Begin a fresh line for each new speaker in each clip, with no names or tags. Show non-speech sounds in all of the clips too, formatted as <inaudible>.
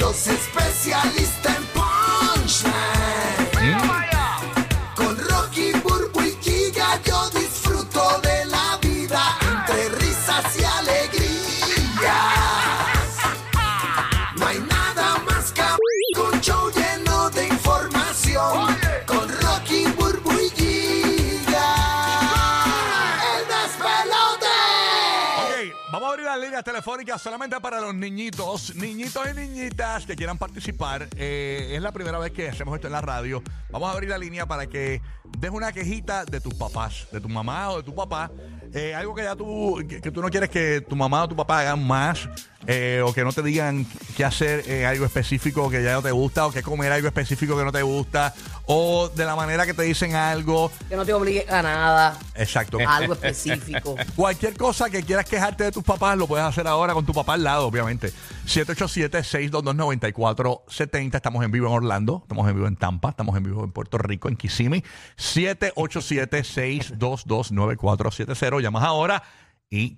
Los especialistas en punchline. Con Rocky Burbu y Giga yo disfruto de la vida entre risas y alegrías. No hay nada más que un show lleno de información. Con Rocky Burbu y Giga. El despelote.
Ok, vamos a abrir las líneas telefónicas solamente para los niñitos, niñitos y niñitas que quieran participar. Eh, es la primera vez que hacemos esto en la radio. Vamos a abrir la línea para que des una quejita de tus papás, de tu mamá o de tu papá. Eh, algo que ya tú, que, que tú no quieres que tu mamá o tu papá hagan más, eh, o que no te digan qué hacer eh, algo específico que ya no te gusta, o que comer algo específico que no te gusta, o de la manera que te dicen algo.
que no te obligue a nada,
Exacto.
a algo específico.
Cualquier cosa que quieras quejarte de tus papás, lo puedes hacer ahora con tu papá al lado, obviamente. 787-622-9470. Estamos en vivo en Orlando, estamos en vivo en Tampa, estamos en vivo en Puerto Rico, en Kissimmee. 787-622-9470. Llamas ahora y...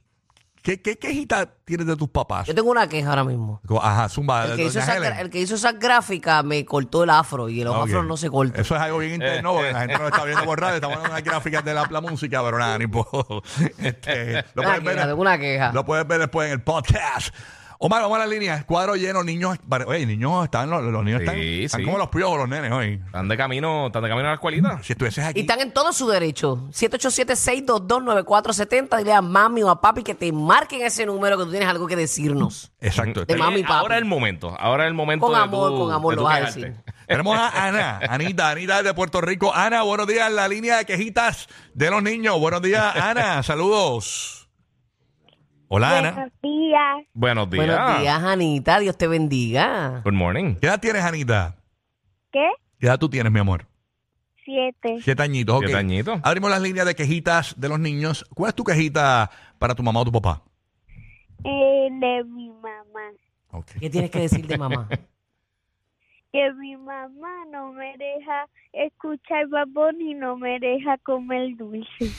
¿Qué, qué quejita tienes de tus papás?
<laughs> Yo tengo una queja ahora mismo.
Ajá, zumba.
El que, hizo
doña
esa,
Helen.
gra- el que hizo esa gráfica me cortó el afro y el
Ah, ok.
afro no se corta.
Eso es algo bien interno, porque la gente no lo está viendo por radio, estamos hablando de las gráficas de la, la música, pero nada, ni puedo. <laughs> Este, lo,
Una
puedes
queja,
ver,
tengo una queja.
lo puedes ver después en el podcast. Omar, vamos a la línea. Cuadro lleno, niños. Oye, niños están, los, los niños están,
Sí,
están
sí.
como los piojos, los nenes hoy.
Están de camino, están de camino a la escuelita.
Si estuvieses
Y
aquí.
están en todo su derecho. 787-622-9470. Dile a mami o a papi que te marquen ese número que tú tienes algo que decirnos.
Exacto.
De
Eh,
mami y papi.
Ahora es el momento, ahora es el momento
Con
de
amor,
tú-
con amor lo
de tú
vas a
quejarte.
decir.
Tenemos a Ana, Anita, Anita de Puerto Rico. Ana, buenos días. La línea de quejitas de los niños. Buenos días,
<laughs>
Ana. Saludos. Hola, Ana.
Buenos días.
Buenos días.
Buenos días, Anita. Dios te bendiga.
Good morning.
¿Qué edad tienes, Anita?
¿Qué?
¿Qué edad tú tienes, mi amor?
Siete.
Siete añitos, ok.
Siete añitos.
Ah.
Abrimos las líneas de quejitas de los niños. ¿Cuál es tu quejita para tu mamá o tu papá?
Eh, de mi mamá.
Ok.
¿Qué tienes que decir
<laughs>
de mamá?
Que mi mamá no me deja escuchar babón y no me deja comer dulce.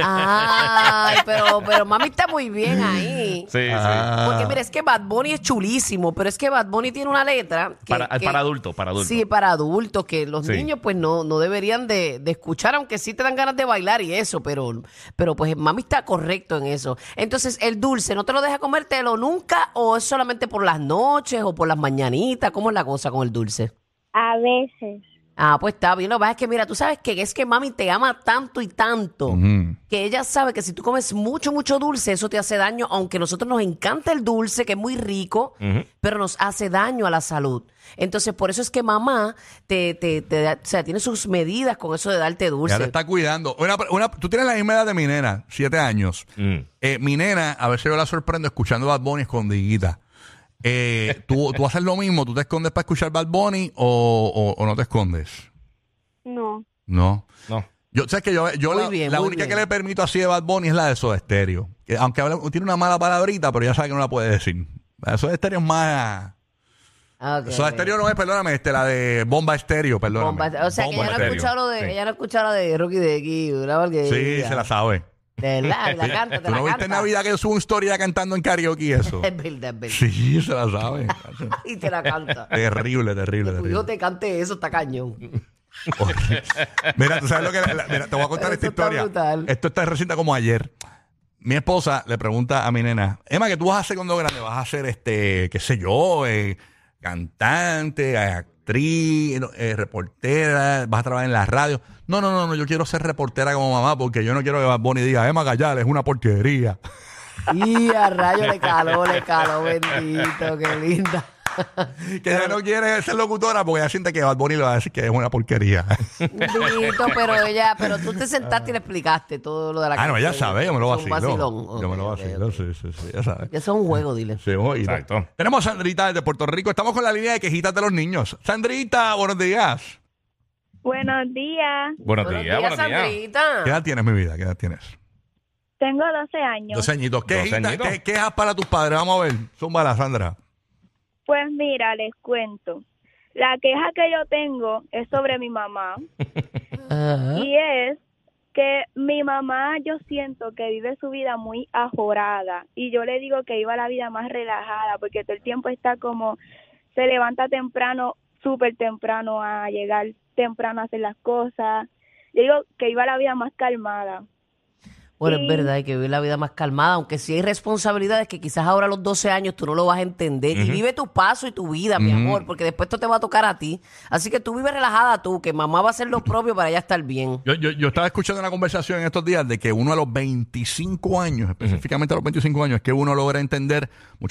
Ay, pero, pero mami está muy bien ahí.
Sí, sí.
Ah.
Porque mira, es que Bad Bunny es chulísimo, pero es que Bad Bunny tiene una letra que,
Para,
que-
para adultos, para adultos.
Sí, para adultos, que los
Sí.
niños pues no, no deberían de, de escuchar, aunque sí te dan ganas de bailar y eso, pero, pero pues mami está correcto en eso. Entonces, el dulce, ¿no te lo deja comértelo nunca o es solamente por las noches o por las mañanitas? ¿Cómo es la cosa con el dulce?
A veces.
Ah, pues está bien. Lo que pasa es que, mira, tú sabes que es que mami te ama tanto y tanto
Ah, Ujú.
que ella sabe que si tú comes mucho, mucho dulce, eso te hace daño, aunque a nosotros nos encanta el dulce, que es muy rico,
Ujú.
pero nos hace daño a la salud. Entonces, por eso es que mamá te, te, te da- o sea, tiene sus medidas con eso de darte
Ya
dulce.
te está cuidando. Una- una- tú tienes la misma edad de mi nena, siete años.
Mm.
Eh, mi nena, a veces yo la sorprendo escuchando Bad Bunny escondidita. Eh, ¿tú, tú haces lo mismo? ¿Tú te escondes para escuchar Bad Bunny o, o- o no te escondes?
No.
No.
No.
Yo sé que yo, yo
Muy
la,
bien,
la
muy
única
bien.
que le permito así de Bad Bunny es la de Soda Stereo. Que aunque habla- tiene una mala palabrita, pero ya sabe que no la puede decir. La de Soda Stereo es más...
Ah, ok,
Soda
ok.
Stereo no es, perdóname, este, la de Bomba Estéreo, perdóname.
Bomba- o sea, que
Bomba
ella no,
Estéreo.
escuchado lo de,
Sí.
ella no escuchado lo de Rocky de aquí,
Sí, se la sabe.
De verdad,
<laughs>
la canta, te
¿Tú
la
no viste
canta.
en
<laughs>
Navidad que yo subo una historia cantando en karaoke y eso?
Es verdad, es verdad.
sí, se la sabe.
<laughs> Y te la
<laughs>
canta.
terrible, terrible,
Tu hijo
terrible.
te cante eso, está cañón.
mira, tú sabes lo que... la- mira, te voy a contar
<laughs> Eso
esta
está
historia.
brutal.
Esto está reciente como ayer. Mi esposa le pregunta a mi nena, Emma, ¿qué tú vas a hacer cuando grande? ¿Vas a ser, este, qué sé yo, eh, cantante, actriz, no, eh, reportera? ¿Vas a trabajar en la radio? No, no, no, no, yo quiero ser reportera como mamá porque yo no quiero que Bad Bunny diga, Emma Gallal es una porquería.
Y a rayo le caló, le caló, bendito, qué linda.
que ya no quiere ser locutora porque ya siente que Bad Bunny le va a decir que es una porquería.
Dito, pero ella, pero tú te sentaste y le explicaste todo lo de la
<laughs> ah, no, ella
canción.
sabe, yo me lo
Es un
vacilo.
vacilón.
Yo me lo
Ok, ok,
vacilo,
ok.
sí, sí, sí, ella sabe.
Eso es un juego, dile.
Sí, hemos ido.
Exacto.
Tenemos a Sandrita desde Puerto Rico. Estamos con la línea de quejitas de los niños. Sandrita, buenos días.
Buenos días.
Buenos días, buenos días.
Sandrita.
¿Qué edad tienes, mi vida? ¿Qué edad tienes?
Tengo 12 años.
Dos añitos. ¿Qué,
Dos
hijita-
añitos.
qué- quejas para tus padres? Vamos a ver. Zúmbala, Sandra.
Pues mira, les cuento. La queja que yo tengo es sobre mi mamá
Ajá.
y es que mi mamá yo siento que vive su vida muy ajorada y yo le digo que viva la vida más relajada porque todo el tiempo está como se levanta temprano, súper temprano a llegar temprano a hacer las cosas. Yo digo que viva la vida más calmada.
Bueno, es
Sí.
verdad, hay que vivir la vida más calmada, aunque sí hay responsabilidades que quizás ahora a los 12 años tú no lo vas a entender. Y vive tu paso y tu vida, mi amor, porque después esto te va a tocar a ti. Así que tú vive relajada tú, que mamá va a hacer lo propio para ya estar bien.
Yo, yo, yo estaba escuchando una conversación en estos días de que uno a los 25 años, específicamente a los 25 años, es que uno logra entender muchas